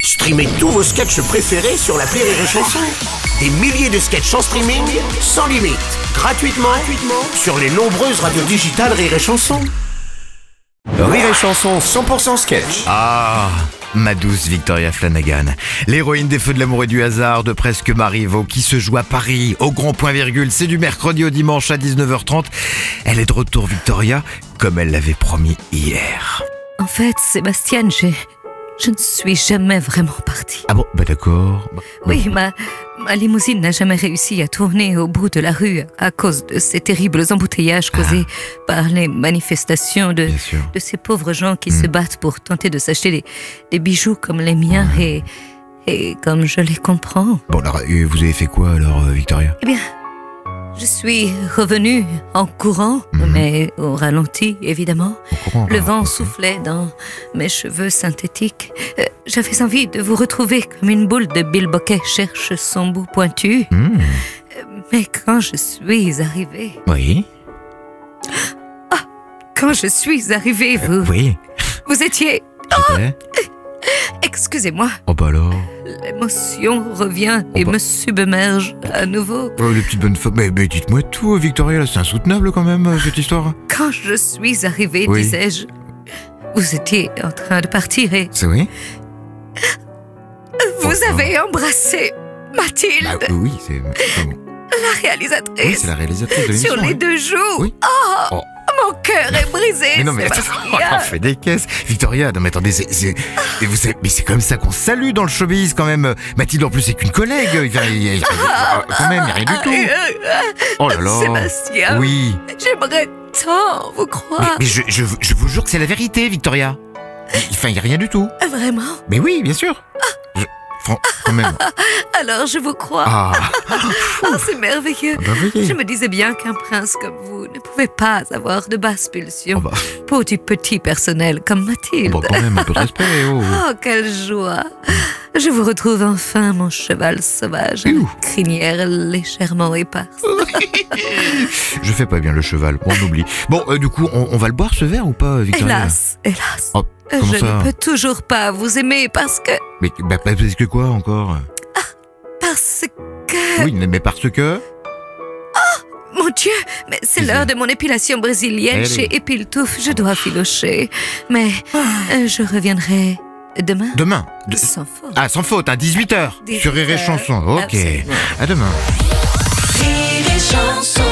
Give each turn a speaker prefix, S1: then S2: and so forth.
S1: Streamez tous vos sketchs préférés sur la Rire et Chanson. Des milliers de sketchs en streaming, sans limite, gratuitement, gratuitement sur les nombreuses radios digitales Rire et Chanson. Rire et Chanson 100% sketch.
S2: Ah, ma douce Victoria Flanagan, l'héroïne des Feux de l'amour et du hasard de Presque Marivaux qui se joue à Paris au grand point virgule. C'est du mercredi au dimanche à 19h30. Elle est de retour Victoria comme elle l'avait promis hier.
S3: En fait, Sébastien, j'ai- je ne suis jamais vraiment partie.
S2: Ah bon, bah d'accord. Bah,
S3: Oui, ma, ma limousine n'a jamais réussi à tourner au bout de la rue à cause de ces terribles embouteillages causés par les manifestations de,
S2: Ah. Bien sûr. Mm.
S3: de ces pauvres gens qui se battent pour tenter de s'acheter des, des bijoux comme les miens et, et comme je les comprends.
S2: Bon alors, euh, vous avez fait quoi alors euh, Victoria
S3: Eh bien, je suis revenue en courant, mais au ralenti, évidemment.
S2: Mhm. courant,
S3: Le
S2: ah,
S3: vent
S2: ok.
S3: soufflait dans mes cheveux synthétiques. Euh, J'avais envie de vous retrouver comme une boule de bilboquet cherche son bout pointu. Euh,
S2: Hmm,
S3: Mais quand je suis arrivée,
S2: Oui.
S3: quand je suis arrivée, vous,
S2: Euh, Oui.
S3: vous étiez...
S2: c'était-
S3: Excusez-moi,
S2: Oh bah alors.
S3: l'émotion revient et
S2: bah.
S3: me submerge à nouveau.
S2: Oh, les petites bonnes femmes. Mais, mais dites-moi tout euh, Victoria, là, c'est insoutenable quand même euh, cette histoire.
S3: Quand je suis arrivée,
S2: Oui.
S3: disais-je, vous étiez en train de partir et
S2: C'est vrai
S3: Vous
S2: Bonsoir.
S3: avez embrassé Mathilde,
S2: Bah oui, c'est... ah bon.
S3: la
S2: Oui,
S3: réalisatrice,
S2: c'est la réalisatrice de l'émission.
S3: sur les
S2: hein.
S3: deux jours.
S2: Oui. Oh.
S3: Mon cœur est brisé.
S2: Mais non, mais attends, on
S3: Sébastien.
S2: en fait des caisses. Victoria, non, mais attendez, c'est. c'est- et vous savez- mais c'est comme ça qu'on se salue dans le showbiz quand même. Mathilde, en plus, c'est qu'une collègue. Il y a- il y a- il y a- quand même, il y a rien du
S3: Euh,
S2: tout.
S3: euh,
S2: Oh là là.
S3: Sébastien.
S2: Oui.
S3: J'aimerais tant vous
S2: Mais,
S3: croire.
S2: mais je, je- je vous jure que c'est la vérité, Victoria. Il- Enfin, il n'y a rien du tout.
S3: Vraiment.
S2: Mais oui, bien sûr. Je- fran- quand même.
S3: Alors je vous crois.
S2: Ah,
S3: Oh, c'est merveilleux.
S2: bah voyez.
S3: Je me disais bien qu'un prince comme vous ne pouvait pas avoir de basses
S2: Oh
S3: pulsions
S2: bah,
S3: pour du petit personnel comme
S2: oh
S3: Mathilde.
S2: bah, quand même, un peu de respect. Oh.
S3: Oh, quelle joie Je vous retrouve enfin, mon cheval sauvage, à la
S2: Ouh.
S3: crinière légèrement éparse.
S2: Je fais pas bien le cheval, on oublie. Bon, euh, du coup, on, on va le boire ce verre ou pas, Victoria
S3: Hélas, hélas,
S2: Oh, comment
S3: je
S2: ça
S3: ne peux toujours pas vous aimer parce que...
S2: Mais bah, parce que quoi encore
S3: Parce que...
S2: Oui, mais parce que.
S3: Mon Dieu, mais c'est
S2: Désolé.
S3: l'heure de mon épilation brésilienne
S2: Allez.
S3: chez Épiletouf. Je dois filocher. Mais euh, je reviendrai demain,
S2: Demain. Ah. de-
S3: sans faute.
S2: Ah, sans faute, à 18h. Sur Rire et
S3: 18h,
S2: Chanson. Ok.
S3: absolument.
S2: À demain.
S4: Rire et chanson.